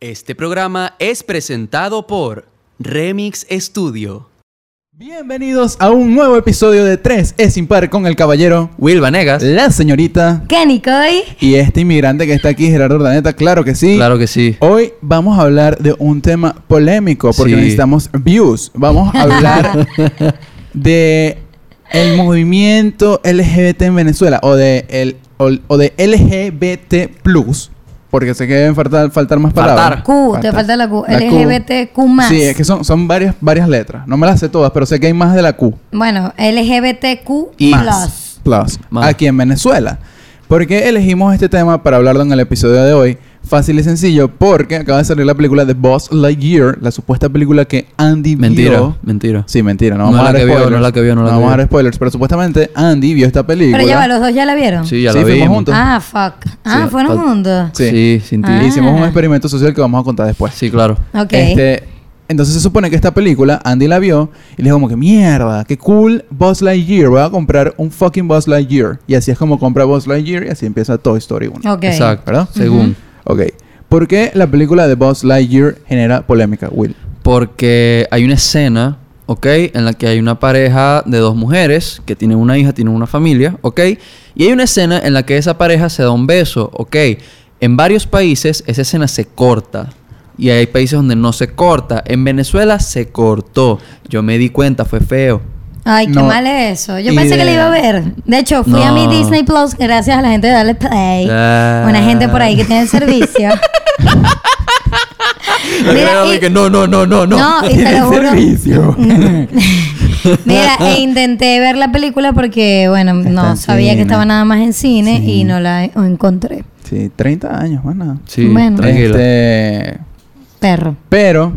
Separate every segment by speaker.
Speaker 1: Este programa es presentado por Remix Studio.
Speaker 2: Bienvenidos a un nuevo episodio de 3 es impar con el caballero,
Speaker 1: Will Vanegas.
Speaker 2: la señorita
Speaker 3: Kenny Coy.
Speaker 2: y este inmigrante que está aquí, Gerardo Ordaneta, claro que sí.
Speaker 1: Claro que sí.
Speaker 2: Hoy vamos a hablar de un tema polémico porque
Speaker 1: Sí.
Speaker 2: necesitamos views. Vamos a hablar de el movimiento LGBT en Venezuela o de el o, o de LGBT plus porque sé que deben faltar, faltar más
Speaker 1: Faltar.
Speaker 2: palabras.
Speaker 3: Q, te falta la Q. LGBTQ+.
Speaker 2: Sí, es que son, son varias, varias letras. No me las sé todas, pero sé que hay más de la Q.
Speaker 3: Bueno, LGBTQ+.
Speaker 2: y más. Plus.
Speaker 1: Más.
Speaker 2: Aquí en Venezuela. ¿Por qué elegimos este tema para hablarlo en el episodio de hoy? Fácil y sencillo, porque acaba de salir la película de Boss Lightyear, la supuesta película que Andy
Speaker 1: Mentira,
Speaker 2: vio.
Speaker 1: mentira.
Speaker 2: Sí, mentira. No
Speaker 1: No es
Speaker 2: vamos a
Speaker 1: la
Speaker 2: dar
Speaker 1: que vio,
Speaker 2: spoilers.
Speaker 1: no es la que vio, no es la que
Speaker 2: vamos a
Speaker 1: vio.
Speaker 2: dar spoilers, pero supuestamente Andy vio esta película.
Speaker 3: Pero ya va, los dos ya la vieron.
Speaker 1: Sí, ya
Speaker 2: Sí,
Speaker 1: la
Speaker 2: fuimos
Speaker 1: vimos.
Speaker 2: juntos.
Speaker 3: Ah, fuck. Ah,
Speaker 1: Sí,
Speaker 3: fueron
Speaker 1: fal-
Speaker 3: juntos.
Speaker 2: Sí.
Speaker 1: Sí, sin ti. Pues,
Speaker 3: Ah.
Speaker 2: Hicimos un experimento social que vamos a contar después.
Speaker 1: Sí, claro.
Speaker 3: Ok.
Speaker 2: Este, entonces se supone que esta película, Andy la vio y le dijo como que mierda, qué cool Buzz Lightyear, voy a comprar un fucking Buzz Lightyear. Y así es como compra Buzz Lightyear y así empieza Toy Story 1.
Speaker 3: ok.
Speaker 1: Exacto.
Speaker 2: ¿Verdad?
Speaker 1: Según.
Speaker 2: Ok. ¿Por qué la película de Buzz Lightyear genera polémica, Will?
Speaker 1: Porque hay una escena, ¿ok? En la que hay una pareja de dos mujeres que tienen una hija, tienen una familia, ¿ok? Y hay una escena en la que esa pareja se da un beso, ¿ok? En varios países esa escena se corta. Y hay países donde no se corta. En Venezuela se cortó. Yo me di cuenta, fue feo.
Speaker 3: Ay, qué
Speaker 2: No.
Speaker 3: mal eso. Yo
Speaker 2: Y
Speaker 3: pensé
Speaker 2: de-
Speaker 3: que la iba a ver. De hecho, fui a mi
Speaker 1: No.
Speaker 3: Disney Plus gracias a la gente de Dale Play.
Speaker 1: Ah.
Speaker 3: Una gente por ahí que tiene el servicio. Mira, y-
Speaker 1: que no, no, no, no, no.
Speaker 3: no, y te lo juro.
Speaker 2: servicio.
Speaker 3: Mira, e intenté ver la película porque, bueno,
Speaker 2: Está en
Speaker 3: no sabía
Speaker 2: cine.
Speaker 3: que estaba nada más en cine
Speaker 2: Sí.
Speaker 3: y no la encontré.
Speaker 2: sí, 30 años, más nada.
Speaker 1: Sí,
Speaker 3: Bueno.
Speaker 1: tranquila.
Speaker 2: Este,
Speaker 3: Perro.
Speaker 2: Pero,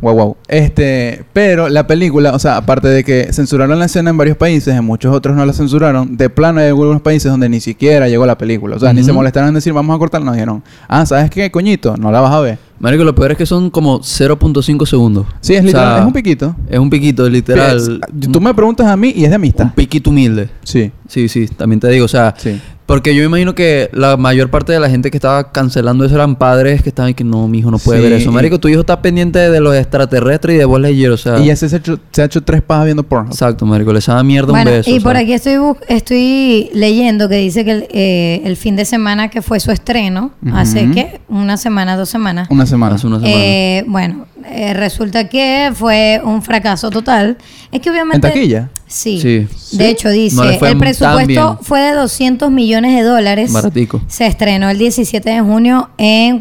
Speaker 2: wow, wow. Este, pero la película, o sea, aparte de que censuraron la escena en varios países, en muchos otros no la censuraron, de plano hay algunos países donde ni siquiera llegó la película. O sea, ni se
Speaker 1: Ujú.
Speaker 2: molestaron en decir, vamos a cortarla, nos dijeron, ah, ¿sabes qué, coñito? No la vas a ver.
Speaker 1: Marico, lo peor es que son como 0.5 segundos.
Speaker 2: Sí, es
Speaker 1: O
Speaker 2: literal,
Speaker 1: sea,
Speaker 2: es un piquito.
Speaker 1: Es un piquito, literal.
Speaker 2: Es- tú me preguntas a mí y es de amistad.
Speaker 1: Un piquito humilde.
Speaker 2: Sí,
Speaker 1: Sí, sí, también te digo, o sea,
Speaker 2: sí.
Speaker 1: porque yo imagino que la mayor parte de la gente que estaba cancelando eso eran padres que estaban y que no, mi hijo no puede
Speaker 2: Sí,
Speaker 1: ver eso.
Speaker 2: y-
Speaker 1: Marico, tu hijo está pendiente de los extraterrestres y de Buzz Lightyear, o sea.
Speaker 2: Y ese se ha hecho, se ha hecho tres pajas viendo porno.
Speaker 1: Exacto, marico, les da mierda
Speaker 3: Bueno,
Speaker 1: un beso.
Speaker 3: y
Speaker 1: o
Speaker 3: por
Speaker 1: sea.
Speaker 3: aquí estoy, bus- estoy leyendo que dice que el, eh, el fin de semana que fue su estreno, hace
Speaker 2: Ujú.
Speaker 3: que una semana, dos semanas.
Speaker 2: Una semana.
Speaker 1: Hace una semana.
Speaker 3: eh, bueno, eh, resulta que fue un fracaso total. Es que
Speaker 2: ¿En
Speaker 3: obviamente...
Speaker 2: taquilla?
Speaker 3: Sí.
Speaker 1: Sí. Sí.
Speaker 3: De hecho, dice,
Speaker 1: No le fue
Speaker 3: el
Speaker 1: tan
Speaker 3: presupuesto
Speaker 1: bien.
Speaker 3: fue de 200 millones de dólares.
Speaker 1: Baratico.
Speaker 3: Se estrenó el 17 de junio en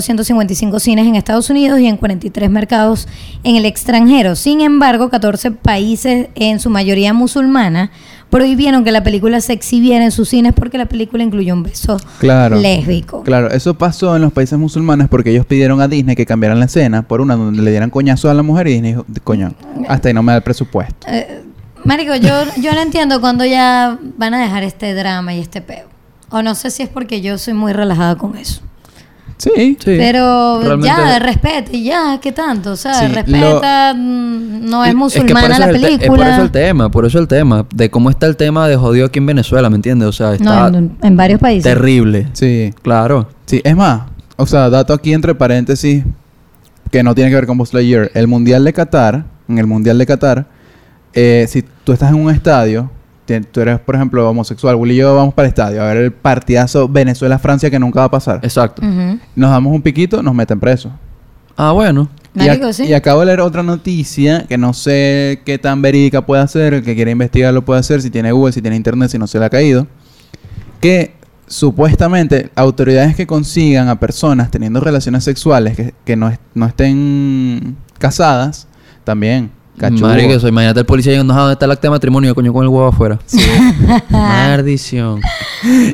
Speaker 3: 4.255 cines en Estados Unidos y en 43 mercados en el extranjero. Sin embargo, 14 países, en su mayoría musulmana, prohibieron que la película se exhibiera en sus cines porque la película incluyó un beso
Speaker 2: Claro.
Speaker 3: lésbico.
Speaker 2: Claro, eso pasó en los países musulmanes porque ellos pidieron a Disney que cambiaran la escena por una donde le dieran coñazo a la mujer y Disney dijo, coño, hasta ahí no me da el presupuesto.
Speaker 3: Marico, yo, yo no entiendo cuándo ya van a dejar este drama y este peo. O no sé si es porque yo soy muy relajada con eso.
Speaker 2: Sí.
Speaker 1: Sí,
Speaker 3: Pero ya,
Speaker 1: realmente-
Speaker 3: respete, ya, ¿qué tanto? O sea,
Speaker 2: Sí,
Speaker 3: respeta, mm, no es musulmana
Speaker 1: por eso
Speaker 3: la
Speaker 1: el te-
Speaker 3: película.
Speaker 1: Es por eso el tema, por eso el tema, de cómo está el tema de jodido aquí en Venezuela, ¿me entiendes? O sea, está
Speaker 3: no, en, en varios países.
Speaker 1: terrible.
Speaker 2: Sí.
Speaker 1: Claro.
Speaker 2: Sí, es más, o sea, dato aquí entre paréntesis que no tiene que ver con Buzz Lightyear. El Mundial de Qatar, en el Mundial de Qatar, eh, si tú estás en un estadio, te- tú eres, por ejemplo, homosexual, Will y yo vamos para el estadio a ver el partidazo Venezuela-Francia que nunca va a pasar.
Speaker 1: Exacto.
Speaker 3: Ujú.
Speaker 2: Nos damos un piquito, nos meten presos.
Speaker 1: Ah, bueno.
Speaker 2: Y, ac-
Speaker 3: Marico, sí.
Speaker 2: y acabo de leer otra noticia que no sé qué tan verídica puede hacer, el que quiera investigar lo puede hacer, si tiene Google, si tiene internet, si no se le ha caído, que supuestamente autoridades que consigan a personas teniendo relaciones sexuales que, que no, es- no estén casadas, también. cachudo.
Speaker 1: Marico, eso, imagínate el policía llegando a donde está el acta de matrimonio, coño, con el huevo afuera. Sí. Maldición.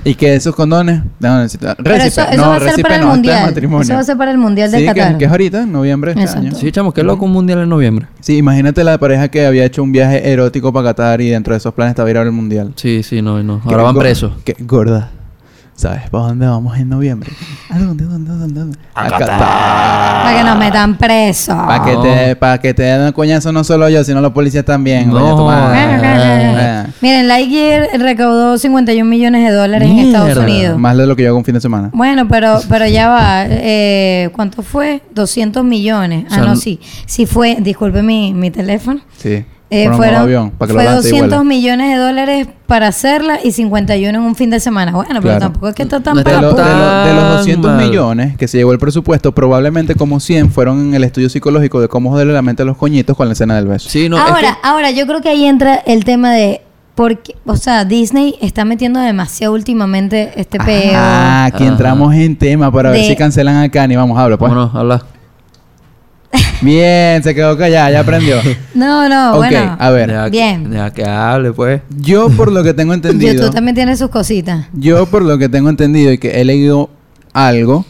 Speaker 2: Y que esos condones... No, necesita-
Speaker 3: Pero eso,
Speaker 2: Recipe.
Speaker 3: eso
Speaker 2: no,
Speaker 3: va a ser
Speaker 2: Recipe
Speaker 3: para el
Speaker 2: no, este es
Speaker 3: mundial.
Speaker 2: matrimonio.
Speaker 3: Eso va a ser para el mundial de
Speaker 2: Sí, que-
Speaker 3: Qatar.
Speaker 2: que, es ahorita, en noviembre de este
Speaker 3: Exacto.
Speaker 2: año.
Speaker 1: Sí, chamo, qué loco un mundial en noviembre.
Speaker 2: Sí, imagínate la pareja que había hecho un viaje erótico para Qatar y dentro de esos planes estaba ir a ver el mundial.
Speaker 1: Sí, sí, no, no.
Speaker 2: Que
Speaker 1: Ahora van
Speaker 2: go-
Speaker 1: presos.
Speaker 2: que- gorda. ¿Sabes para dónde vamos en noviembre? ¿A dónde, dónde, dónde, dónde? A Qatar.
Speaker 3: Para que nos metan presos.
Speaker 2: Para que, te, pa' que te den un coñazo no solo yo, sino los policías también. coño,
Speaker 1: Ah. No.
Speaker 2: tu madre.
Speaker 1: Ah.
Speaker 3: Miren, Lightyear recaudó 51 millones de dólares en Estados
Speaker 1: Mierda.
Speaker 3: Unidos.
Speaker 2: Más de lo que yo hago un fin de semana.
Speaker 3: Bueno, pero, pero ya va. Eh, ¿Cuánto fue? 200
Speaker 1: O
Speaker 3: millones. Ah,
Speaker 1: sea,
Speaker 3: no,
Speaker 1: no-
Speaker 3: sí. Sí fue, disculpe mi, mi teléfono.
Speaker 2: Sí.
Speaker 3: Eh,
Speaker 2: Fueron
Speaker 3: fueron
Speaker 2: un avión para que
Speaker 3: fue
Speaker 2: lo lance y
Speaker 3: 200
Speaker 2: vuele.
Speaker 3: millones de dólares para hacerla y 51 en un fin de semana. Bueno, pero
Speaker 2: Claro.
Speaker 3: tampoco es que está tan
Speaker 1: No está
Speaker 2: de,
Speaker 3: para
Speaker 2: lo-
Speaker 3: la
Speaker 2: de
Speaker 3: puta.
Speaker 2: lo- de los
Speaker 1: Tan
Speaker 2: 200
Speaker 1: mal.
Speaker 2: millones que se llevó el presupuesto, probablemente como 100 fueron en el estudio psicológico de cómo joderle la mente a los coñitos con la escena del beso.
Speaker 1: Sí, no, es
Speaker 3: ahora,
Speaker 1: que-
Speaker 3: ahora, yo creo que ahí entra el tema de. Porque, o sea, Disney está metiendo demasiado últimamente este peo.
Speaker 2: Ah, aquí
Speaker 1: Ajá.
Speaker 2: entramos en tema para ver
Speaker 3: De-
Speaker 2: si cancelan a Cani. Vamos, habla pues.
Speaker 1: Vámonos, habla.
Speaker 2: Bien, se quedó callada, ya aprendió.
Speaker 3: No, no,
Speaker 2: ok,
Speaker 3: bueno.
Speaker 2: a ver.
Speaker 1: Deja que-
Speaker 3: bien.
Speaker 1: deja que hable, pues.
Speaker 2: Yo por lo que tengo entendido,
Speaker 3: YouTube también tiene sus cositas.
Speaker 2: yo por lo que tengo entendido y que he leído algo,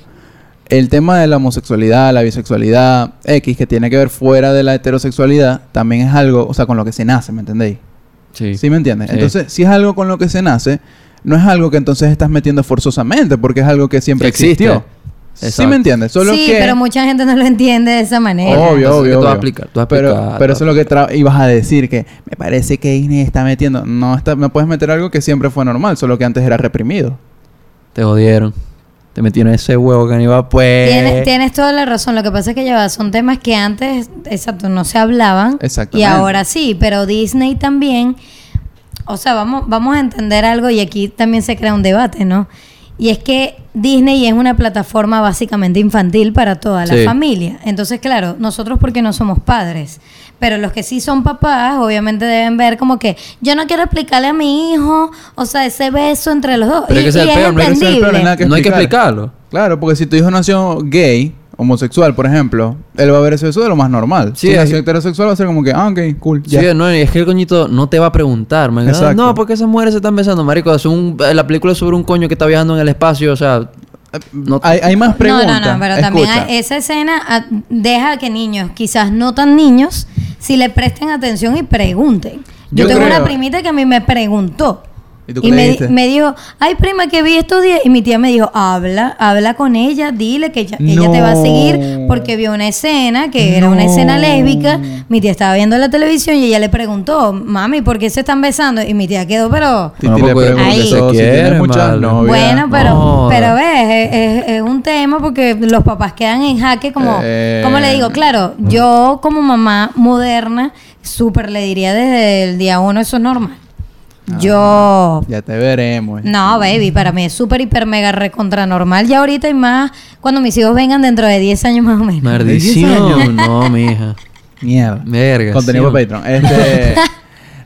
Speaker 2: el tema de la homosexualidad, la bisexualidad, X, que tiene que ver fuera de la heterosexualidad, también es algo, o sea, con lo que se nace, ¿me entendéis?
Speaker 1: Sí.
Speaker 2: ¿Sí me entiendes?
Speaker 1: Sí.
Speaker 2: Entonces, si es algo con lo que se nace, no es algo que entonces estás metiendo forzosamente, porque es algo que siempre
Speaker 1: Que existe.
Speaker 2: existió. ¿Sí
Speaker 1: Exacto.
Speaker 2: me entiendes? Solo
Speaker 3: sí,
Speaker 2: que...
Speaker 3: pero mucha gente no lo entiende de esa manera.
Speaker 2: Obvio,
Speaker 1: Entonces,
Speaker 2: obvio,
Speaker 1: ¿qué tú vas a
Speaker 2: obvio.
Speaker 1: aplicar? Tú vas a
Speaker 2: pero,
Speaker 1: aplicar-
Speaker 2: pero eso es lo que tra- ibas a decir, que me parece que Disney está metiendo... No, está, no puedes meter algo que siempre fue normal, solo que antes era reprimido.
Speaker 1: Te jodieron. Te metieron ese huevo caníbal, pues.
Speaker 3: Tienes, tienes toda la razón. Lo que pasa es que ya va, son temas que antes, exacto, no se hablaban. Y
Speaker 2: Exactamente.
Speaker 3: ahora sí, pero Disney también. O sea, vamos, vamos a entender algo y aquí también se crea un debate, ¿no? Y es que Disney es una plataforma básicamente infantil para toda la
Speaker 1: Sí.
Speaker 3: familia. Entonces, claro, nosotros porque no somos padres, pero los que sí son papás, obviamente deben ver como que yo no quiero explicarle a mi hijo, o sea, ese beso entre los dos.
Speaker 1: Pero es
Speaker 3: y,
Speaker 1: que ese es
Speaker 3: y
Speaker 1: el peor, no es que
Speaker 2: ese es el peor,
Speaker 3: entendible.
Speaker 2: nada que
Speaker 1: no hay que
Speaker 2: explicar.
Speaker 1: explicarlo.
Speaker 2: Claro, porque si tu hijo nació gay, homosexual, por ejemplo, él va a ver eso, eso de lo más normal.
Speaker 1: Sí,
Speaker 2: si
Speaker 1: es-
Speaker 2: nació heterosexual va a ser como que, ah, ok, cool, ya.
Speaker 1: Sí, no, y es que el coñito no te va a preguntar, man. Ah,
Speaker 2: Exacto.
Speaker 1: No, porque esas mujeres se están besando, marico? Es un, la película es sobre un coño que está viajando en el espacio, o sea... No,
Speaker 2: Eh, hay, hay más preguntas.
Speaker 3: No, no, no, pero también
Speaker 2: Escucha.
Speaker 3: hay- esa escena ah, deja que niños, quizás no tan niños, si le presten atención y pregunten. Yo,
Speaker 2: Yo
Speaker 3: tengo
Speaker 2: creo-
Speaker 3: una primita que a mí me preguntó.
Speaker 2: ¿Y tú qué
Speaker 3: Y
Speaker 2: le
Speaker 3: me, di-
Speaker 2: dijiste?
Speaker 3: me dijo, ay prima, que vi estos días. Y mi tía me dijo, habla, habla con ella, dile que ella, ella te va a
Speaker 2: No.
Speaker 3: seguir porque vio una escena que era una
Speaker 2: No.
Speaker 3: escena lésbica. Mi tía estaba viendo la televisión y ella le preguntó, mami, ¿por qué se están besando? Y mi tía quedó, pero...
Speaker 2: Titi
Speaker 1: Bueno,
Speaker 2: le
Speaker 1: porque-
Speaker 2: pregunta
Speaker 3: Ahí.
Speaker 2: eso,
Speaker 1: Se
Speaker 2: si tiene
Speaker 1: quiere,
Speaker 2: muchas
Speaker 1: mano.
Speaker 2: novias.
Speaker 3: Bueno, pero,
Speaker 1: No.
Speaker 3: pero ves, es, es- es un tema porque los papás quedan en jaque como,
Speaker 2: Eh.
Speaker 3: como le digo, claro, yo como mamá moderna, súper le diría desde el día uno, eso es normal. Yo...
Speaker 2: Ya te veremos.
Speaker 3: No, baby, para mí es súper, hiper, mega, recontra normal ya ahorita y más cuando mis hijos vengan dentro de 10 años más o menos.
Speaker 1: Maldición. No, mija.
Speaker 2: Mierda.
Speaker 1: Verga,
Speaker 2: Contenido
Speaker 1: sí,
Speaker 2: para Patreon. Este,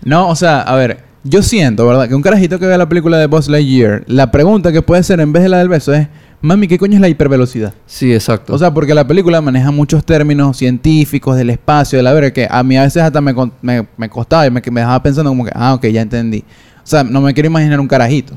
Speaker 2: no, o sea, a ver, yo siento, ¿verdad? Que un carajito que vea la película de Buzz Lightyear, la pregunta que puede ser en vez de la del beso es, mami, ¿qué coño es la hipervelocidad?
Speaker 1: Sí, exacto.
Speaker 2: O sea, porque la película maneja muchos términos científicos del espacio, de la verga, que a mí a veces hasta me, con- me, me costaba y me, que me dejaba pensando como que, ah, ok, ya entendí. O sea, no me quiero imaginar un carajito.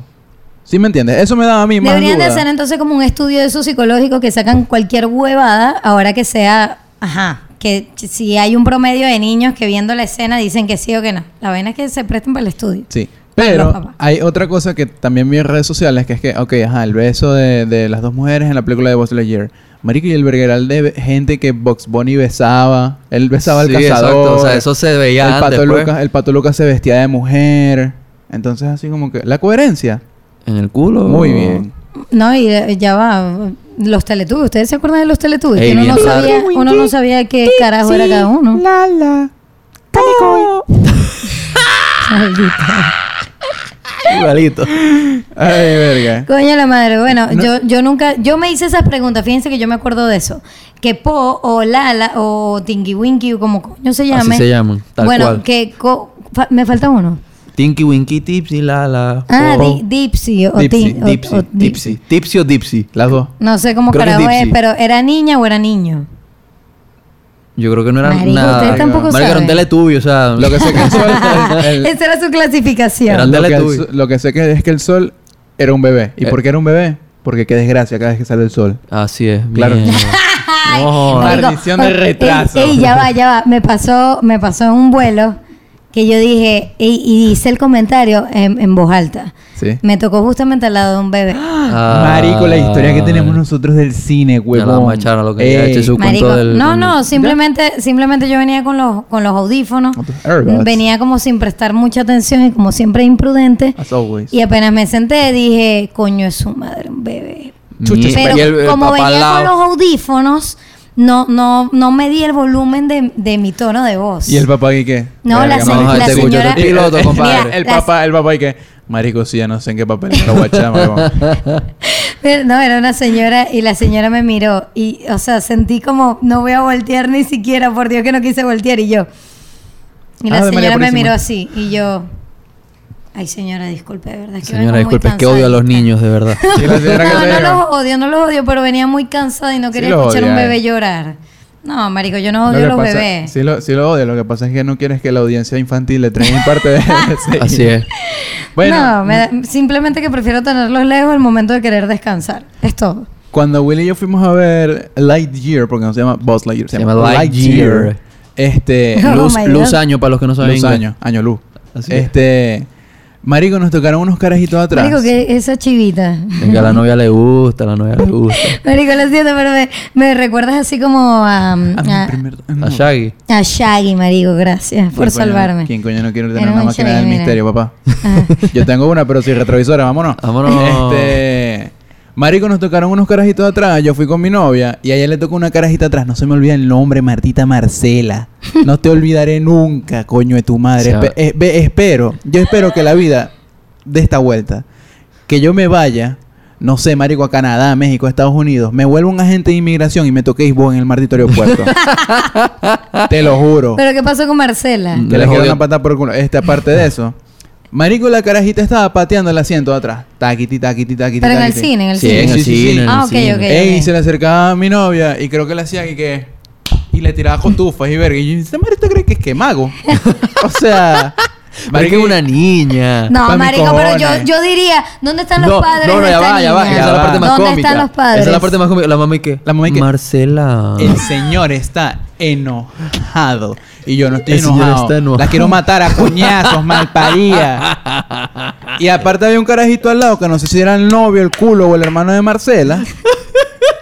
Speaker 2: ¿Sí me entiendes? Eso me daba a mí más
Speaker 3: Deberían de
Speaker 2: duda.
Speaker 3: hacer entonces como un estudio de eso psicológico que sacan cualquier huevada ahora que sea, ajá, que ch- si hay un promedio de niños que viendo la escena dicen que sí o que no. La vaina es que se presten para el estudio.
Speaker 2: Sí.
Speaker 3: los
Speaker 2: Pero
Speaker 3: papás.
Speaker 2: hay otra cosa que también vi en redes sociales, que es que, ok, ajá, el beso de, de las dos mujeres en la película de Buzz Lightyear. Marico y el vergueral de be- gente que Box Bunny besaba. Él besaba
Speaker 1: Sí,
Speaker 2: al
Speaker 1: exacto,
Speaker 2: cazador.
Speaker 1: o sea, eso se veía
Speaker 2: el
Speaker 1: antes,
Speaker 2: Pato
Speaker 1: pues.
Speaker 2: Lucas, el Pato Lucas se vestía de mujer. Entonces, así como que... La coherencia.
Speaker 1: en el culo.
Speaker 2: Muy bien.
Speaker 3: No, y eh, ya va, los teletubbies, ¿ustedes se acuerdan de los teletubbies?
Speaker 1: Ey,
Speaker 3: Que uno, no
Speaker 1: bien raro.
Speaker 3: sabía, uno no sabía qué carajo era cada uno.
Speaker 2: La, la.
Speaker 1: Igualito.
Speaker 2: Ay, verga.
Speaker 3: Coño la madre. Bueno, yo, yo nunca, yo me hice esas preguntas, fíjense que yo me acuerdo de eso. Que Po o Lala o Tinky Winky o como coño se llame.
Speaker 1: Así se llaman, tal
Speaker 3: bueno,
Speaker 1: cual.
Speaker 3: que co- fa- me falta uno.
Speaker 1: Tinky Winky Tipsy la la.
Speaker 3: Ah,
Speaker 2: Oh,
Speaker 1: po.
Speaker 3: di- Dipsy o,
Speaker 2: Dipsy,
Speaker 3: tin- o-
Speaker 1: Dipsy.
Speaker 3: o di-
Speaker 1: Tipsy. Tipsy o Dipsy.
Speaker 2: Las dos.
Speaker 3: No sé cómo
Speaker 1: Creo que es
Speaker 3: carajo es,
Speaker 1: Dipsy.
Speaker 3: pero ¿era niña o era niño?
Speaker 1: Yo creo que no eran
Speaker 3: Marico,
Speaker 1: nada.
Speaker 3: ustedes tampoco
Speaker 1: Marico, era
Speaker 3: saben.
Speaker 1: un teletubby, o sea.
Speaker 2: Lo que sé que el sol... el- el-
Speaker 3: Esa era su clasificación.
Speaker 1: Era-
Speaker 2: lo, que el
Speaker 1: Teletubby.
Speaker 2: sol- lo que sé que es que el sol era un bebé. ¿Y
Speaker 1: Eh.
Speaker 2: por qué era un bebé? Porque qué desgracia cada vez que sale el sol.
Speaker 1: Así es.
Speaker 2: Claro.
Speaker 1: mierda. No,
Speaker 3: Marico,
Speaker 2: Maldición de
Speaker 3: ey,
Speaker 2: retraso.
Speaker 3: Ey, ya va, ya va. Me pasó, me pasó en un vuelo que yo dije, y, y hice el comentario en, en voz alta.
Speaker 2: Sí.
Speaker 3: Me tocó justamente al lado de un bebé.
Speaker 2: Marico, la historia que tenemos nosotros del cine,
Speaker 1: Ah. Ya la vamos a
Speaker 2: huevón.
Speaker 1: echar a lo que ya
Speaker 2: Ey.
Speaker 1: eche su
Speaker 3: Marico,
Speaker 1: cuento del...
Speaker 3: no, no, simplemente, simplemente yo venía con los, con los audífonos,
Speaker 2: Con tus earbuds.
Speaker 3: venía como sin prestar mucha atención y como siempre imprudente.
Speaker 2: As always.
Speaker 3: Y apenas me senté dije, coño es su madre, un bebé.
Speaker 2: Chucha,
Speaker 1: Ni-
Speaker 3: Pero
Speaker 1: y el- el
Speaker 3: como
Speaker 1: papá al
Speaker 3: venía con
Speaker 1: lado.
Speaker 3: los audífonos, no, no, no medí el volumen de, de mi tono de voz.
Speaker 2: ¿Y el papá y qué?
Speaker 3: No, la
Speaker 2: Verga,
Speaker 3: se-
Speaker 2: marico,
Speaker 3: la
Speaker 2: te escucho,
Speaker 3: señora-
Speaker 2: te este piloto,
Speaker 1: Mira,
Speaker 2: compadre. el
Speaker 3: la-
Speaker 2: papá, el papá y qué. Marico, sí, ya no sé en qué papel me lo voy a echar, huevón.
Speaker 3: Pero, no, era una señora y la señora me miró y, o sea, sentí como, no voy a voltear ni siquiera, por Dios que no quise voltear y yo. Y la
Speaker 1: Ah,
Speaker 2: Ave María
Speaker 3: señora me
Speaker 2: Purísima.
Speaker 3: miró así y yo, ay señora, disculpe, de verdad. es que vengo
Speaker 1: Señora,
Speaker 3: muy
Speaker 1: disculpe, es que odio a
Speaker 3: cansada".
Speaker 1: los niños, de verdad.
Speaker 2: Y la señora que
Speaker 3: No,
Speaker 2: te
Speaker 3: no
Speaker 2: diga.
Speaker 3: los odio, no los odio, pero venía muy cansada y no
Speaker 2: Sí
Speaker 3: quería
Speaker 2: los
Speaker 3: escuchar
Speaker 2: odia,
Speaker 3: un
Speaker 2: eh.
Speaker 3: bebé llorar. No, marico, yo no
Speaker 2: Lo
Speaker 3: odio
Speaker 2: que
Speaker 3: a los
Speaker 2: pasa-
Speaker 3: bebés.
Speaker 2: Sí lo, sí lo odio. Lo que pasa es que no quieres que la audiencia infantil le traiga parte de... Sí.
Speaker 1: Así es.
Speaker 2: Bueno,
Speaker 3: no, me
Speaker 1: mm.
Speaker 3: da- simplemente que prefiero tenerlos lejos al momento de querer descansar. Es todo.
Speaker 2: Cuando Willy y yo fuimos a ver Lightyear, porque no se llama Buzz Lightyear, se,
Speaker 1: Se
Speaker 2: llama,
Speaker 1: llama
Speaker 2: Lightyear.
Speaker 1: Lightyear.
Speaker 2: Este,
Speaker 3: Oh
Speaker 1: luz,
Speaker 3: my
Speaker 1: luz
Speaker 3: God.
Speaker 1: año para los que no saben
Speaker 2: luz
Speaker 1: inglés.
Speaker 2: año, año luz.
Speaker 1: Así es.
Speaker 2: este, marico, nos tocaron unos carajitos atrás.
Speaker 3: Marico, que esa chivita.
Speaker 1: Venga, a la novia le gusta, a la novia le gusta.
Speaker 3: Marico, lo siento, pero me, me recuerdas así como a,
Speaker 2: A Ah, mi
Speaker 3: a,
Speaker 2: primer-
Speaker 1: A Shaggy.
Speaker 3: a Shaggy, marico. Gracias por
Speaker 2: ¿Quién coño-
Speaker 3: salvarme.
Speaker 2: ¿Quién coño no quiere tener
Speaker 3: Era
Speaker 2: una
Speaker 3: un
Speaker 2: máquina
Speaker 3: Shaggy,
Speaker 2: del
Speaker 3: mira. Ah.
Speaker 2: misterio, papá?
Speaker 3: Ajá.
Speaker 2: Yo tengo una, pero sin retrovisora, vámonos.
Speaker 1: Vámonos.
Speaker 2: Este. Marico, nos tocaron unos carajitos atrás. Yo fui con mi novia y a ella le tocó una carajita atrás. No se me olvida el nombre, Martita Marcela. No te olvidaré nunca, coño de tu madre.
Speaker 1: O sea-
Speaker 2: Espe- eh, ve- espero, yo espero que la vida de esta vuelta, que yo me vaya, no sé, marico, a Canadá, a México, a Estados Unidos, me vuelvo un agente de inmigración y me toquéis vos en el maldito aeropuerto. te lo juro.
Speaker 3: Pero ¿qué pasó con Marcela?
Speaker 1: Mm.
Speaker 2: Que
Speaker 1: Le
Speaker 2: le quedó
Speaker 1: jodió.
Speaker 2: una pata por el culo. Este, aparte de eso. Marico, la carajita estaba pateando el asiento de atrás. Taquiti, taquiti, taquiti,
Speaker 3: Pero en el
Speaker 2: taquiti.
Speaker 3: cine, en el
Speaker 1: Sí,
Speaker 3: cine.
Speaker 1: en el
Speaker 2: Sí, sí, sí.
Speaker 1: cine. en el
Speaker 3: Ah, ok,
Speaker 1: cine.
Speaker 3: ok.
Speaker 2: Ey, se le acercaba a mi novia y creo que le hacía y que... Y le tiraba cotufas y verga. Y yo, ¿esta marico cree que es que mago? o sea...
Speaker 1: Marico es una niña.
Speaker 2: pa'
Speaker 3: No,
Speaker 2: mis
Speaker 3: marico, pero yo,
Speaker 2: cojones.
Speaker 3: yo diría, ¿dónde están los padres
Speaker 1: no, no,
Speaker 3: de
Speaker 1: ya
Speaker 3: esta
Speaker 1: va, ya va.
Speaker 3: niña?
Speaker 1: que Esa es la parte más
Speaker 3: ¿Dónde
Speaker 1: cómica.
Speaker 3: están los padres?
Speaker 1: Esa es la parte más cómica. La mamá y que.
Speaker 2: La mamá y que-
Speaker 1: Marcela.
Speaker 2: El señor está enojado. Y yo no estoy
Speaker 1: El señor
Speaker 2: enojado.
Speaker 1: está enojado.
Speaker 2: La quiero matar a coñazos, malparida. Y aparte había un carajito al lado que no sé si era el novio, el culo o el hermano de Marcela.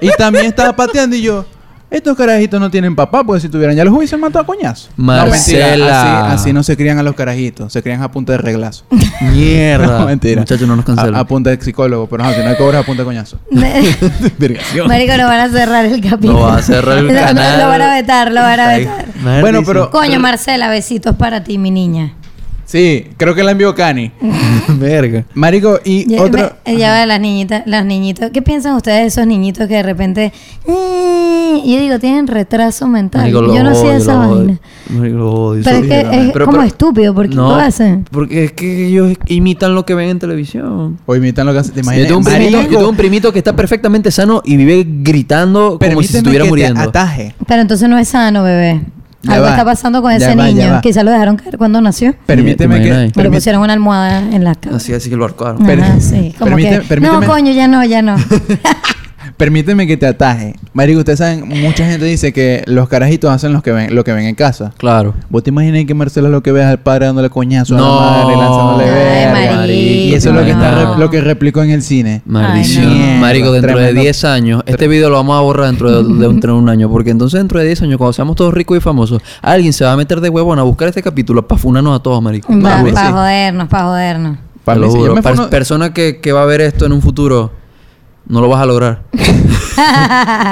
Speaker 2: Y también estaba pateando y yo... Estos carajitos no tienen papá, porque si tuvieran ya los hubiesen matado a coñazos. No, mentira,
Speaker 1: Marcela.
Speaker 2: así, así no se crían a los carajitos. Se crían a punta de reglazo.
Speaker 1: Mierda.
Speaker 2: No, mentira.
Speaker 1: Muchachos, no nos cancelan.
Speaker 2: A, a punta de psicólogo. Pero no, si no hay cobras, a punta de coñazo.
Speaker 3: marico, lo van a cerrar el capítulo.
Speaker 1: Lo va a cerrar el
Speaker 3: No, no,
Speaker 1: canal.
Speaker 3: Lo van a vetar, lo van a
Speaker 1: Ay,
Speaker 3: vetar.
Speaker 1: madre
Speaker 2: Bueno,
Speaker 1: dice.
Speaker 2: pero-
Speaker 3: Coño, Marcela, besitos para ti, mi niña.
Speaker 2: Sí, creo que la envió Cani.
Speaker 1: Verga.
Speaker 2: Marico, y
Speaker 3: Ya,
Speaker 2: otro...
Speaker 3: me- eh, ya va, las niñitas, los niñitos. ¿Qué piensan ustedes de esos niñitos que de repente... "Eh", yo digo, tienen retraso mental.
Speaker 1: Marico, lo
Speaker 3: yo no
Speaker 1: odio,
Speaker 3: sé esa
Speaker 1: lo odio.
Speaker 3: vaina.
Speaker 1: Marico, lo odio.
Speaker 3: Pero
Speaker 1: eso sí,
Speaker 3: es que
Speaker 1: la
Speaker 3: es
Speaker 1: verdad. Pero-
Speaker 3: como
Speaker 1: pero-
Speaker 3: estúpido, ¿por qué
Speaker 1: No,
Speaker 3: lo hacen?
Speaker 1: Porque es que ellos imitan lo que ven en televisión.
Speaker 2: O imitan lo que hacen. ¿Te
Speaker 1: Yo
Speaker 2: imaginas?
Speaker 1: tengo, un primito,
Speaker 2: Marico,
Speaker 1: yo tengo un primito que está perfectamente sano y vive gritando como
Speaker 2: permíteme
Speaker 1: si se estuviera
Speaker 2: que te
Speaker 1: muriendo.
Speaker 2: ataje.
Speaker 3: Pero entonces no es sano, bebé.
Speaker 2: Ya
Speaker 3: Algo
Speaker 2: va,
Speaker 3: está pasando con
Speaker 2: ya
Speaker 3: ese
Speaker 2: va, ya
Speaker 3: niño.
Speaker 2: va.
Speaker 3: Quizá lo dejaron caer cuando nació.
Speaker 2: Permíteme
Speaker 1: ¿te
Speaker 2: que...
Speaker 1: imaginas?
Speaker 3: O le
Speaker 2: permi-
Speaker 3: pusieron una almohada en la cara.
Speaker 1: Así, así que lo arcaron.
Speaker 2: Pero-
Speaker 3: Ajá, sí. Como
Speaker 2: Permíteme-
Speaker 3: que,
Speaker 2: permíteme-
Speaker 3: No, coño, ya no, ya no.
Speaker 2: permíteme que te ataje. Marico, ustedes saben, mucha gente dice que los carajitos hacen los que ven, lo que ven en casa.
Speaker 1: Claro.
Speaker 2: ¿Vos te imaginas que Marcelo es lo que ves al padre dándole coñazo
Speaker 1: No.
Speaker 2: a la madre, lanzándole
Speaker 3: Ay,
Speaker 2: verga?
Speaker 3: marico,
Speaker 2: Y eso es lo que, está
Speaker 1: no.
Speaker 2: rep- lo que replicó en el cine.
Speaker 1: Maldición.
Speaker 2: Ay, no.
Speaker 1: Marico, dentro
Speaker 2: Tremendo.
Speaker 1: de 10 años, este video lo vamos a borrar dentro de, de un, de un año. Porque entonces, dentro de 10 años, cuando seamos todos ricos y famosos, alguien se va a meter de huevón a buscar este capítulo para funarnos a todos, marico.
Speaker 2: Para mí
Speaker 3: Para
Speaker 2: pues sí.
Speaker 3: jodernos, para jodernos.
Speaker 2: Pa'
Speaker 1: Te
Speaker 2: mí
Speaker 1: lo
Speaker 2: sí, yo
Speaker 1: juro.
Speaker 2: me
Speaker 1: Per-
Speaker 2: funo-
Speaker 1: persona que, que va a ver esto en un futuro, no lo vas a lograr.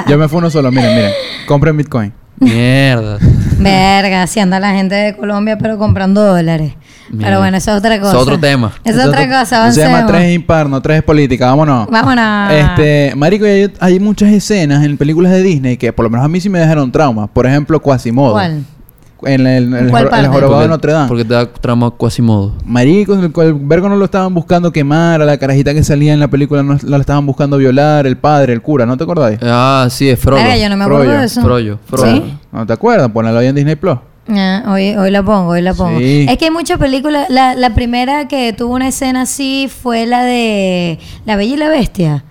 Speaker 2: Yo me fui uno solo, miren, miren. Compren Bitcoin.
Speaker 1: Mierda.
Speaker 3: Verga, si anda la gente de Colombia, pero comprando dólares.
Speaker 1: Mira.
Speaker 3: Pero bueno, eso es otra cosa.
Speaker 1: Es otro tema.
Speaker 3: Es
Speaker 2: Eso
Speaker 3: otra
Speaker 2: otro-
Speaker 3: cosa,
Speaker 2: Se llama
Speaker 3: avancemos.
Speaker 2: tres es impar, no tres es política, vámonos.
Speaker 3: Vámonos. Ah.
Speaker 2: Este, marico, y hay, hay muchas escenas en películas de Disney que por lo menos a mí sí me dejaron traumas. Por ejemplo, Quasimodo.
Speaker 3: ¿Cuál?
Speaker 2: En el, en el,
Speaker 3: ¿Cuál
Speaker 2: jor- el
Speaker 3: parte?
Speaker 2: jorobado de Notre Dame.
Speaker 1: Porque te da trama cuasimodo.
Speaker 2: Marico, el, el vergo no lo estaban buscando quemar, a la carajita que salía en la película no, no la estaban buscando violar, el padre, el cura, ¿no te acordáis?
Speaker 1: Ah, sí, es Frollo.
Speaker 3: Verga, yo no me acuerdo
Speaker 2: Frollo,
Speaker 3: de eso.
Speaker 1: Frollo, Frollo.
Speaker 3: ¿Sí?
Speaker 2: ¿No te acuerdas? Ponelo ahí en Disney Plus.
Speaker 3: Ah, hoy, hoy la pongo, hoy la pongo.
Speaker 2: Sí.
Speaker 3: Es que hay muchas películas. La, la primera que tuvo una escena así fue la de La Bella y la Bestia.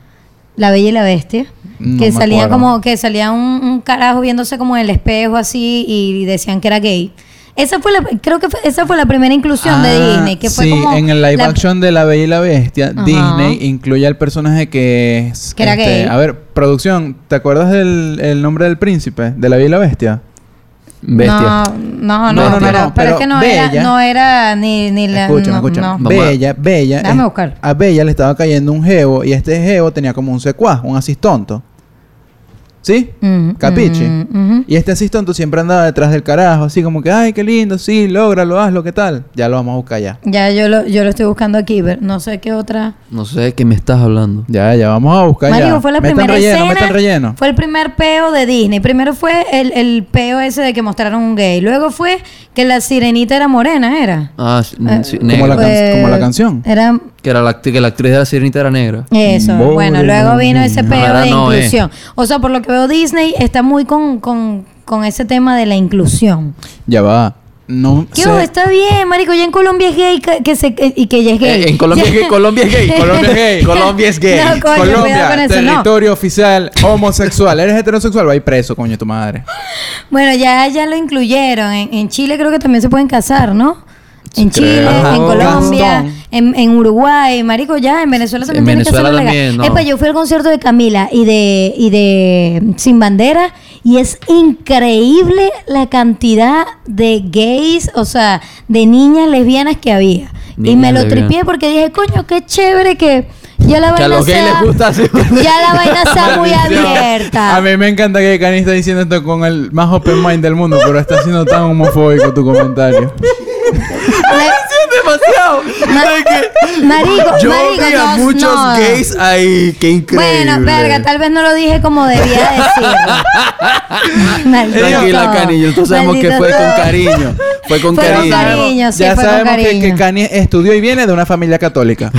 Speaker 3: La Bella y la Bestia.
Speaker 2: No me
Speaker 3: que salía
Speaker 2: acuerdo.
Speaker 3: como, que salía un, un carajo viéndose como en el espejo así y decían que era gay. Esa fue la, creo que fue- esa fue la primera inclusión de
Speaker 2: Ah,
Speaker 3: Disney, que fue
Speaker 2: sí,
Speaker 3: como
Speaker 2: en el live
Speaker 3: la-
Speaker 2: action de La Bella y la Bestia,
Speaker 3: Ajá.
Speaker 2: Disney incluye al personaje que es... este,
Speaker 3: Que era gay.
Speaker 2: A ver, producción, ¿te acuerdas del el nombre del príncipe de La Bella y la Bestia?
Speaker 1: Bestia.
Speaker 3: No,
Speaker 2: No,
Speaker 3: no, no,
Speaker 1: no, no,
Speaker 3: pero,
Speaker 2: no,
Speaker 3: pero es
Speaker 2: pero
Speaker 3: que no
Speaker 2: Bella-
Speaker 3: era, no era ni, ni la.
Speaker 2: escucha,
Speaker 3: no,
Speaker 2: escucha.
Speaker 3: no.
Speaker 1: Vamos a-
Speaker 2: Bella, Bella.
Speaker 3: Déjame
Speaker 2: es-
Speaker 3: buscar.
Speaker 2: A Bella le estaba cayendo un geo y este geo tenía como un secuaz, un asistonto. ¿Sí?
Speaker 3: Mm,
Speaker 2: Capiche.
Speaker 3: mm, mhm.
Speaker 2: Y este asistonto siempre andaba detrás del carajo, así como que, ay, qué lindo, sí, lógralo, hazlo, ¿qué tal? Ya lo vamos a buscar ya.
Speaker 3: Ya yo lo, yo lo estoy buscando aquí, pero no sé qué otra.
Speaker 1: No sé de qué me estás hablando.
Speaker 2: Ya, ya, vamos a buscar
Speaker 3: Marico,
Speaker 2: ya.
Speaker 3: fue la
Speaker 2: Metan
Speaker 3: primera
Speaker 2: relleno,
Speaker 3: escena.
Speaker 2: metan relleno.
Speaker 3: Fue el primer peo de Disney. Primero fue el, el peo ese de que mostraron un gay. Luego fue que la sirenita era morena, era.
Speaker 1: Ah, sí,
Speaker 3: Eh, Pues,
Speaker 1: sí,
Speaker 2: como
Speaker 1: negra.
Speaker 2: la can- como la canción.
Speaker 3: Era
Speaker 1: Que, era la acti- que la actriz de la sirenita era negra.
Speaker 3: Eso,
Speaker 2: Morena.
Speaker 3: bueno, luego vino ese peo
Speaker 1: Ahora
Speaker 3: de
Speaker 1: no, eh.
Speaker 3: inclusión. O sea, por lo que veo, Disney está muy con, con, con ese tema de la inclusión.
Speaker 2: Ya va. No
Speaker 3: Que
Speaker 2: sé.
Speaker 3: ojo, está bien, este marico, ya en Colombia es gay que, que se, que- y que ya es gay.
Speaker 1: Eh, en Colombia es gay, Colombia es gay,
Speaker 2: Colombia es gay.
Speaker 1: Colombia es gay.
Speaker 3: No, coño, cuidado con
Speaker 2: Colombia,
Speaker 3: eso, no.
Speaker 2: territorio oficial homosexual. ¿Eres heterosexual? Va a ir preso, coño, tu madre.
Speaker 3: Bueno, ya, ya lo incluyeron. En, en Chile creo que también se pueden casar, ¿no? En Chile,
Speaker 1: creo.
Speaker 2: Ajá.
Speaker 3: en Colombia,
Speaker 2: Gastón.
Speaker 3: en, en Uruguay, marico, ya en Venezuela
Speaker 1: Sí,
Speaker 3: también
Speaker 1: en
Speaker 3: tienen que
Speaker 1: Venezuela
Speaker 3: hacerlo legal.
Speaker 1: también, no.
Speaker 3: Epa, yo fui al concierto de Camila y de y de Sin Bandera y es increíble la cantidad de gays, o sea, de niñas lesbianas que había. y
Speaker 1: Niñas
Speaker 3: me lo
Speaker 1: lesbianas.
Speaker 3: tripié porque dije, coño, qué chévere que ya la
Speaker 1: Que a
Speaker 3: vaina
Speaker 1: los gays
Speaker 3: sea-
Speaker 1: les gusta así.
Speaker 3: ya la vaina sea muy
Speaker 2: Maldición.
Speaker 3: abierta.
Speaker 2: A mí me encanta que Cani está diciendo esto con el más open mind del mundo, pero está siendo tan homofóbico tu comentario.
Speaker 3: Le-
Speaker 1: demasiado.
Speaker 3: Ma- marico, marico, no, no.
Speaker 1: ahí. Qué
Speaker 3: Bueno, verga, tal vez no lo dije como debía decirlo. Maldito
Speaker 1: Tranquila,
Speaker 3: todo.
Speaker 1: Cani. Nosotros sabemos que
Speaker 3: Maldito
Speaker 1: fue con
Speaker 3: todo.
Speaker 1: cariño. Fue con
Speaker 3: Fue con
Speaker 1: cariño.
Speaker 3: cariño. sí,
Speaker 2: ya
Speaker 3: fue con
Speaker 2: sabemos que,
Speaker 3: cariño.
Speaker 2: que Cani estudió y viene de una familia católica.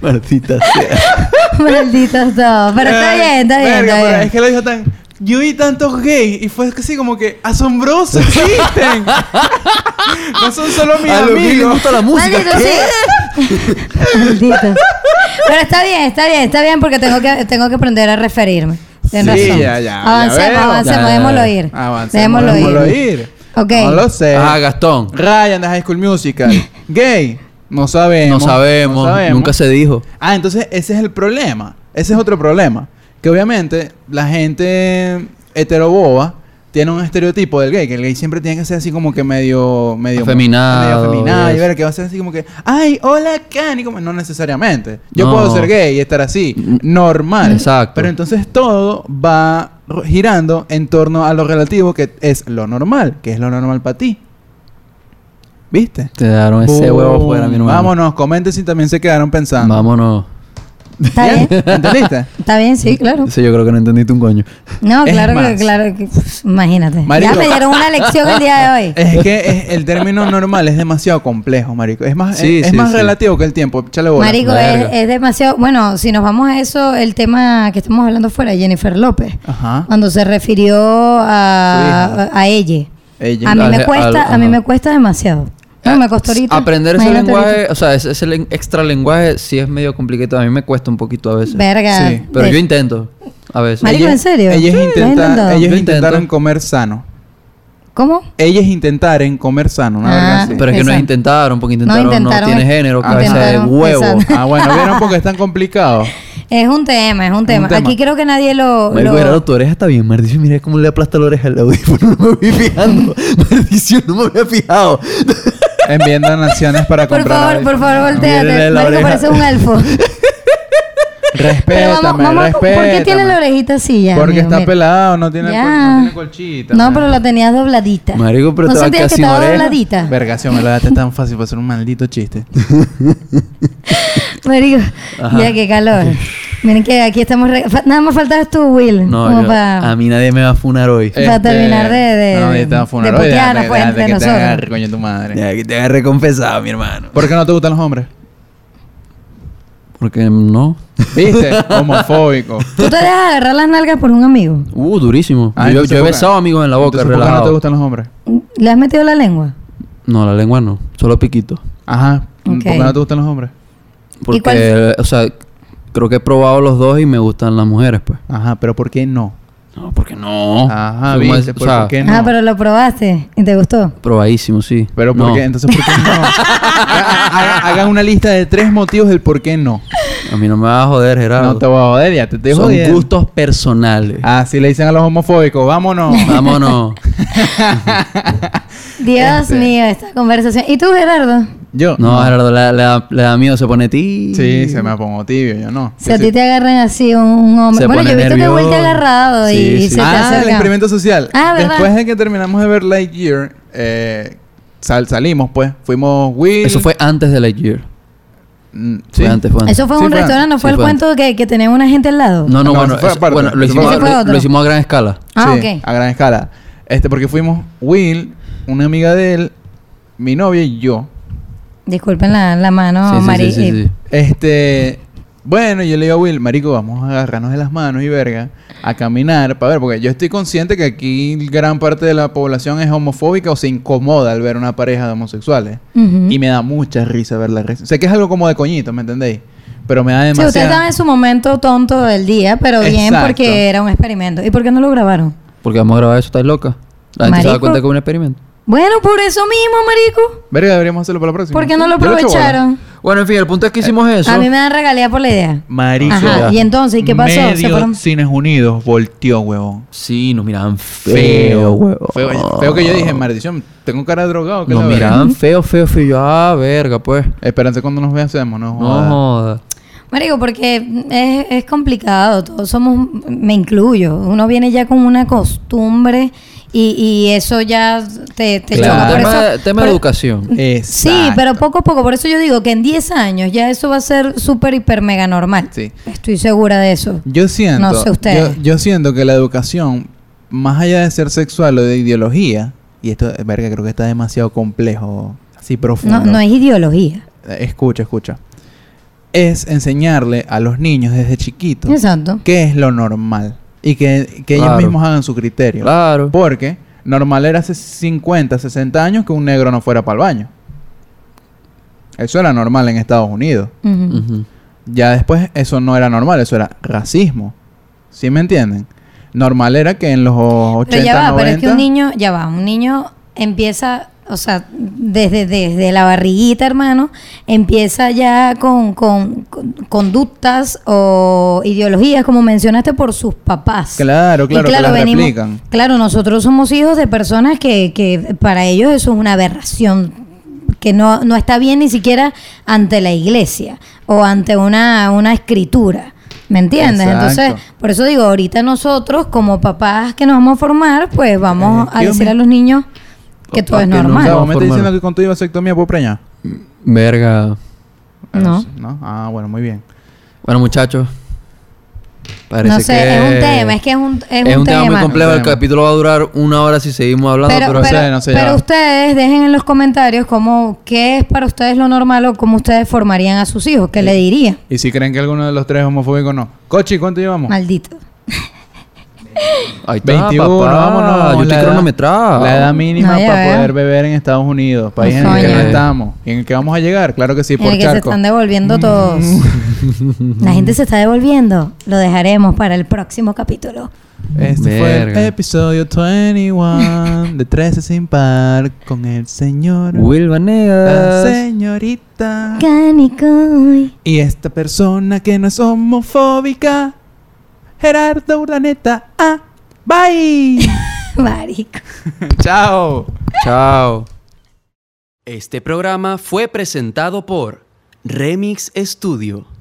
Speaker 1: Maldita sea.
Speaker 3: Maldito todo. Pero está bien, está bien,
Speaker 2: Eh, Verga,
Speaker 3: está
Speaker 2: pero
Speaker 3: bien.
Speaker 2: Es que lo dijo tan. Yo vi tantos gays y fue así como que asombroso existen. no son solo mis
Speaker 1: A los gays les
Speaker 2: amigos.
Speaker 1: gusta la música.
Speaker 3: Maldito,
Speaker 1: ¿Qué?
Speaker 3: sí. Maldito. Pero está bien, está bien, está bien porque tengo que, tengo que aprender a referirme. Tienes
Speaker 2: Sí,
Speaker 3: razón.
Speaker 2: ya, ya, ya
Speaker 3: avancemos,
Speaker 2: veo.
Speaker 3: avancemos,
Speaker 1: Ya, ya,
Speaker 3: démoslo
Speaker 1: ya.
Speaker 3: ir.
Speaker 2: Avancemos,
Speaker 3: Démoslo
Speaker 2: démoslo Ah,
Speaker 3: ir.
Speaker 2: ir.
Speaker 3: Ok.
Speaker 2: No lo sé.
Speaker 1: Ajá, Ah, Gastón.
Speaker 2: Ryan de High School Musical. Gay. No
Speaker 1: No
Speaker 2: sabemos.
Speaker 1: sabemos,
Speaker 2: No sabemos.
Speaker 1: Nunca se dijo.
Speaker 2: Ah, entonces ese es el problema. Ese es otro problema. Que obviamente la gente heteroboba tiene un estereotipo del gay. Que el gay siempre tiene que ser así como que medio... medio
Speaker 1: Afeminado,
Speaker 2: Medio afeminado.
Speaker 1: y
Speaker 2: Y
Speaker 1: eso.
Speaker 2: ver que va a ser así como que... ¡Ay, hola, Cani! Como, no necesariamente. Yo
Speaker 1: No. Mm.
Speaker 2: puedo ser gay y estar así. Normal.
Speaker 1: Exacto.
Speaker 2: Pero entonces todo va ro- girando en torno a lo relativo que es lo normal. Que es lo normal para ti. ¿Viste?
Speaker 1: Te daron ese
Speaker 2: Boom.
Speaker 1: huevo fuera, mi hermano.
Speaker 2: Vámonos, comenten si también se quedaron pensando.
Speaker 1: Vámonos.
Speaker 3: ¿Está bien?
Speaker 2: ¿Entendiste?
Speaker 3: Está bien, sí, claro.
Speaker 1: Sí, yo creo que no entendiste un coño.
Speaker 3: No,
Speaker 2: Es
Speaker 3: claro que,
Speaker 2: más.
Speaker 3: claro que, pues, imagínate.
Speaker 2: Marico.
Speaker 3: Ya me dieron una lección el día de hoy.
Speaker 2: Es que es- el término normal es demasiado complejo, marico. Es más,
Speaker 1: Sí,
Speaker 2: es, es
Speaker 1: sí,
Speaker 2: más
Speaker 1: sí.
Speaker 2: relativo que el tiempo. Chale bola.
Speaker 3: Marico, es,
Speaker 1: verga.
Speaker 3: es demasiado. Bueno, si nos vamos a eso, el tema que estamos hablando fuera, Jennifer López,
Speaker 2: Ajá.
Speaker 3: cuando se refirió
Speaker 2: Su
Speaker 3: a,
Speaker 2: hija.
Speaker 3: a, ella.
Speaker 2: Ella.
Speaker 3: A mí
Speaker 1: Al-
Speaker 3: me cuesta,
Speaker 1: al-
Speaker 3: a mí
Speaker 1: ajá.
Speaker 3: me cuesta demasiado. No, me costó
Speaker 1: Eh,
Speaker 3: ahorita.
Speaker 1: Aprender ese
Speaker 3: Imagínate
Speaker 1: lenguaje,
Speaker 3: ahorita.
Speaker 1: o sea, ese, ese len- extra lenguaje sí es medio complicado. A mí me cuesta un poquito a veces.
Speaker 3: Verga.
Speaker 2: pues, Sí,
Speaker 1: Pero
Speaker 3: de-
Speaker 1: yo intento. A veces.
Speaker 3: Marico,
Speaker 2: Ellas-
Speaker 3: ¿en serio?
Speaker 2: Ellas,
Speaker 3: Sí, lo he
Speaker 2: intenta-
Speaker 3: intentado.
Speaker 2: ellas
Speaker 1: Yo
Speaker 2: intentaron
Speaker 1: intento.
Speaker 2: comer sano.
Speaker 3: ¿Cómo?
Speaker 2: Ellas intentaron comer sano, una
Speaker 3: Ah.
Speaker 2: verga así.
Speaker 1: Pero es que no
Speaker 3: Exacto.
Speaker 1: intentaron, porque
Speaker 3: No
Speaker 1: intentaron no,
Speaker 3: intentaron,
Speaker 1: tiene
Speaker 3: eh.
Speaker 1: género,
Speaker 2: Ah,
Speaker 1: cabeza de
Speaker 3: intentaron,
Speaker 1: huevo.
Speaker 3: exacto.
Speaker 2: Ah, bueno, vieron porque es tan complicado.
Speaker 3: Es un tema, es un tema.
Speaker 2: tema.
Speaker 3: Aquí creo que nadie lo.
Speaker 1: Marico,
Speaker 3: lo-
Speaker 1: Gerardo, tu oreja está bien. Maldición, mira cómo le aplasta la oreja al audífono. No me voy fijando. Maldición, no me había fijado.
Speaker 2: Enviando naciones para
Speaker 3: Por
Speaker 2: comprar.
Speaker 3: favor, por favor,
Speaker 1: Mírale
Speaker 3: volteate.
Speaker 1: la
Speaker 3: Marico,
Speaker 1: oreja.
Speaker 3: parece un elfo. Pero
Speaker 2: Respétame,
Speaker 3: vamos, vamos, ¿por qué tiene
Speaker 2: respétame.
Speaker 3: la orejita así ya?
Speaker 2: Porque
Speaker 3: amigo?
Speaker 2: está
Speaker 3: Mira.
Speaker 2: pelado, no tiene,
Speaker 3: Ya.
Speaker 2: col- no tiene colchita.
Speaker 3: No,
Speaker 2: man.
Speaker 3: pero la tenías dobladita.
Speaker 1: Marico, pero
Speaker 3: ¿No
Speaker 1: te va
Speaker 3: sentías
Speaker 1: casi
Speaker 3: que estaba
Speaker 1: oreja.
Speaker 3: dobladita?
Speaker 2: Verga, si me lo daste tan fácil para hacer un maldito chiste.
Speaker 3: Marico,
Speaker 1: Ajá.
Speaker 3: ya qué calor. Miren que aquí estamos... re- fa- Nada más faltabas tú, Will.
Speaker 1: No,
Speaker 3: como
Speaker 1: yo-
Speaker 3: pa-
Speaker 1: a mí nadie me va a funar hoy.
Speaker 3: Eh, Para terminar de- de-
Speaker 2: Este, no, de,
Speaker 3: de
Speaker 2: funeral,
Speaker 3: putear, pues,
Speaker 2: déjate
Speaker 3: entre
Speaker 2: que te
Speaker 3: nosotros.
Speaker 2: agarre, coño, tu madre.
Speaker 1: Ya que te hagas recompensado, mi hermano.
Speaker 2: ¿Por qué no te gustan los hombres?
Speaker 1: Porque no.
Speaker 2: ¿Viste? Homofóbico.
Speaker 3: ¿Tú te dejas agarrar las nalgas por un amigo?
Speaker 1: Uh, durísimo.
Speaker 2: Ah,
Speaker 1: yo,
Speaker 2: entonces,
Speaker 1: yo he
Speaker 2: ¿por qué?
Speaker 1: besado amigos en la boca,
Speaker 2: Entonces, ¿Por qué no te
Speaker 1: relajado.
Speaker 2: gustan los hombres?
Speaker 3: ¿Le has metido la lengua?
Speaker 1: No, la lengua no. Solo piquito.
Speaker 2: Ajá. ¿Por qué
Speaker 3: Ok.
Speaker 2: no te gustan los hombres?
Speaker 1: Porque,
Speaker 3: cuál fue?
Speaker 1: o sea, creo que he probado los dos y me gustan las mujeres, pues.
Speaker 2: Ajá, pero ¿por qué no?
Speaker 1: No, porque no.
Speaker 2: Ajá,
Speaker 1: Soy
Speaker 2: viste,
Speaker 1: más- o
Speaker 2: ¿por
Speaker 1: sea,
Speaker 2: qué no?
Speaker 3: Ah, pero lo probaste y te gustó.
Speaker 1: Probadísimo, sí.
Speaker 2: Pero ¿por
Speaker 1: No.
Speaker 2: qué? Entonces, ¿por qué no? Haga- haga- Hagan una lista de tres motivos del por qué no.
Speaker 1: A mí no me vas a joder, Gerardo.
Speaker 2: No te voy a joder, Ah. ya te estoy
Speaker 1: Son
Speaker 2: jodiendo.
Speaker 1: gustos personales.
Speaker 2: Así le dicen a los homofóbicos, vámonos.
Speaker 1: Vámonos.
Speaker 3: Dios
Speaker 1: Este.
Speaker 3: mío, esta conversación. ¿Y tú, Gerardo?
Speaker 2: Yo.
Speaker 1: No, Gerardo, le, le da, le da miedo, se pone ti.
Speaker 2: Sí, se me pongo tibio, yo no.
Speaker 3: Si a ti te agarran así un, un hombre.
Speaker 1: Se
Speaker 3: bueno, yo
Speaker 1: pone
Speaker 3: he visto que
Speaker 1: nervioso.
Speaker 3: Will te ha agarrado y,
Speaker 1: Sí,
Speaker 3: y
Speaker 1: sí.
Speaker 3: se te
Speaker 2: ah, el
Speaker 3: acerca.
Speaker 2: experimento social.
Speaker 3: Ah, ¿verdad?
Speaker 2: Después de que terminamos de ver Lightyear, eh, sal- salimos, pues. Fuimos Will.
Speaker 1: Eso fue antes de Lightyear.
Speaker 2: Mm,
Speaker 1: Fue
Speaker 2: sí.
Speaker 1: antes, fue antes.
Speaker 3: Eso fue
Speaker 2: Sí,
Speaker 3: un
Speaker 2: fue
Speaker 3: restaurante, no
Speaker 1: antes.
Speaker 3: fue
Speaker 1: Sí,
Speaker 3: el
Speaker 1: fue
Speaker 3: cuento que, que tenía una gente al lado.
Speaker 1: No, no,
Speaker 2: No,
Speaker 1: bueno,
Speaker 2: eso fue
Speaker 1: eso-
Speaker 2: aparte,
Speaker 1: bueno, lo
Speaker 2: eso fue
Speaker 1: hicimos,
Speaker 3: aparte. Ese fue
Speaker 1: lo,
Speaker 3: otro.
Speaker 1: lo hicimos a gran escala.
Speaker 3: Ah,
Speaker 2: Sí,
Speaker 3: ok.
Speaker 2: A gran escala. Este, porque fuimos Will, una amiga de él, mi novia y yo.
Speaker 3: Disculpen la, la mano,
Speaker 1: sí, sí,
Speaker 3: Mari. eh,
Speaker 1: sí, sí, sí.
Speaker 2: Este, bueno, yo le digo a Will, marico, vamos a agarrarnos de las manos y verga, a caminar para ver, porque yo estoy consciente que aquí gran parte de la población es homofóbica o se incomoda al ver una pareja de homosexuales.
Speaker 3: Ujú.
Speaker 2: Y me da mucha risa ver la risa. Sé que es algo como de coñito, ¿me entendéis? Pero me da
Speaker 3: Sí,
Speaker 2: demasiado.
Speaker 3: ustedes estaban en su momento tonto del día, pero bien
Speaker 2: Exacto.
Speaker 3: porque era un experimento. ¿Y por qué no lo grabaron?
Speaker 1: Porque vamos a grabar eso, estás loca. La gente se da
Speaker 3: Marico.
Speaker 1: cuenta que es un experimento.
Speaker 3: Bueno, por eso mismo, marico.
Speaker 2: Verga, deberíamos hacerlo para la próxima.
Speaker 3: ¿Por qué no lo
Speaker 2: Yo le echo bola.
Speaker 3: aprovecharon?
Speaker 1: Bueno, en fin, el punto es que hicimos eso.
Speaker 3: A mí me dan regalía por la idea.
Speaker 2: Marico.
Speaker 3: Ajá, ¿y entonces? ¿Y qué pasó? Se
Speaker 2: Medio
Speaker 3: fueron-
Speaker 2: Cines Unidos volteó, huevón.
Speaker 1: Sí, nos miraban feo,
Speaker 2: Feo,
Speaker 1: huevón.
Speaker 2: Feo, feo que yo dije, maldición, tengo cara de drogado. ¿qué
Speaker 1: Nos
Speaker 2: la verga?
Speaker 1: miraban feo, feo, feo. Y Yo, ah, verga, pues.
Speaker 2: Esperanza cuando nos veas, hacemos,
Speaker 1: No
Speaker 2: no. jodas.
Speaker 1: joda.
Speaker 3: Marico, porque es, es complicado, todos somos, me incluyo, uno viene ya con una costumbre y, y eso ya te, te
Speaker 2: Claro.
Speaker 3: choca. Por
Speaker 1: Tema,
Speaker 3: eso-
Speaker 1: de- tema de
Speaker 3: por-
Speaker 1: educación.
Speaker 3: Sí,
Speaker 2: Exacto.
Speaker 3: pero poco a poco, por eso yo digo que en 10 años ya eso va a ser súper, hiper, mega normal.
Speaker 2: Sí.
Speaker 3: Estoy segura de eso.
Speaker 2: Yo siento.
Speaker 3: No sé ustedes.
Speaker 2: Yo, yo siento que la educación, más allá de ser sexual o de ideología, y esto, verga, creo que está demasiado complejo, así profundo.
Speaker 3: No, no es ideología.
Speaker 2: Eh, Escucha, escucha. Es enseñarle a los niños desde chiquitos
Speaker 3: Exacto.
Speaker 2: qué es lo normal y que, que
Speaker 1: Claro.
Speaker 2: ellos mismos hagan su criterio.
Speaker 1: Claro.
Speaker 2: Porque normal era hace 50, 60 años que un negro no fuera para el baño. Eso era normal en Estados Unidos.
Speaker 3: Ujú.
Speaker 1: Ujú.
Speaker 2: Ya después eso no era normal, eso era racismo. ¿Sí me entienden? Normal era que en los 80,
Speaker 3: Pero ya va,
Speaker 2: 90...
Speaker 3: pero es que un niño, ya va, un niño empieza, o sea, desde, desde la barriguita, hermano, empieza ya con, con- con conductas o ideologías, como mencionaste, por sus papás.
Speaker 2: Claro,
Speaker 3: Y
Speaker 2: claro, que las replican.
Speaker 3: Claro, nosotros somos hijos de personas que, que para ellos eso es una aberración que no, no está bien ni siquiera ante la iglesia o ante una, una escritura. ¿Me entiendes?
Speaker 2: Exacto.
Speaker 3: Entonces, por eso digo, ahorita nosotros como papás que nos vamos a formar, pues vamos a
Speaker 2: Excuse
Speaker 3: decir
Speaker 2: me.
Speaker 3: a los niños que todo es
Speaker 1: Papá, que no
Speaker 2: O sea, vos
Speaker 3: normal.
Speaker 2: me estás
Speaker 1: Formaron.
Speaker 2: diciendo que con tu vasectomía puedo preñar.
Speaker 1: Verga.
Speaker 2: Ah,
Speaker 3: No.
Speaker 2: sí, ¿No? Ah, bueno, muy bien.
Speaker 1: Bueno, muchachos. Parece
Speaker 3: No sé,
Speaker 1: que-
Speaker 3: es un tema, es que es un, es
Speaker 1: Es
Speaker 3: un
Speaker 1: un tema muy complejo. El
Speaker 2: Un tema.
Speaker 1: capítulo va a durar una hora si seguimos hablando.
Speaker 3: Pero,
Speaker 1: Pero,
Speaker 2: no
Speaker 3: pero-
Speaker 2: sé, no sé,
Speaker 3: pero
Speaker 2: ya.
Speaker 3: ustedes dejen en los comentarios cómo, qué es para ustedes lo normal o cómo ustedes formarían a sus hijos, qué le dirían.
Speaker 2: ¿Y si creen que alguno de los tres es homofóbico no? Cochi, ¿cuánto llevamos?
Speaker 3: Maldito.
Speaker 1: ahí está,
Speaker 2: 21,
Speaker 1: papá.
Speaker 2: vámonos.
Speaker 1: Yo estoy
Speaker 2: la edad-
Speaker 1: cronometrado.
Speaker 2: La edad mínima
Speaker 3: No, ya
Speaker 2: para
Speaker 3: veo.
Speaker 2: poder beber en Estados Unidos, país en el que
Speaker 1: Coño.
Speaker 2: no estamos. ¿Y en el que vamos a llegar? Claro que sí,
Speaker 3: en
Speaker 2: por Mm.
Speaker 3: el que se
Speaker 2: charco.
Speaker 3: están devolviendo todos. La gente se está devolviendo. Lo dejaremos para el próximo capítulo.
Speaker 2: Este fue
Speaker 1: Verga.
Speaker 2: el episodio 21 de 13 sin par con el señor,
Speaker 1: Will
Speaker 2: la
Speaker 1: Vanegas.
Speaker 2: señorita
Speaker 3: Canicoy.
Speaker 2: y esta persona que no es homofóbica, Gerardo Urdaneta. Ah, bye.
Speaker 3: Marico.
Speaker 2: Chao.
Speaker 1: Chao.
Speaker 4: Este programa fue presentado por Remix Studio.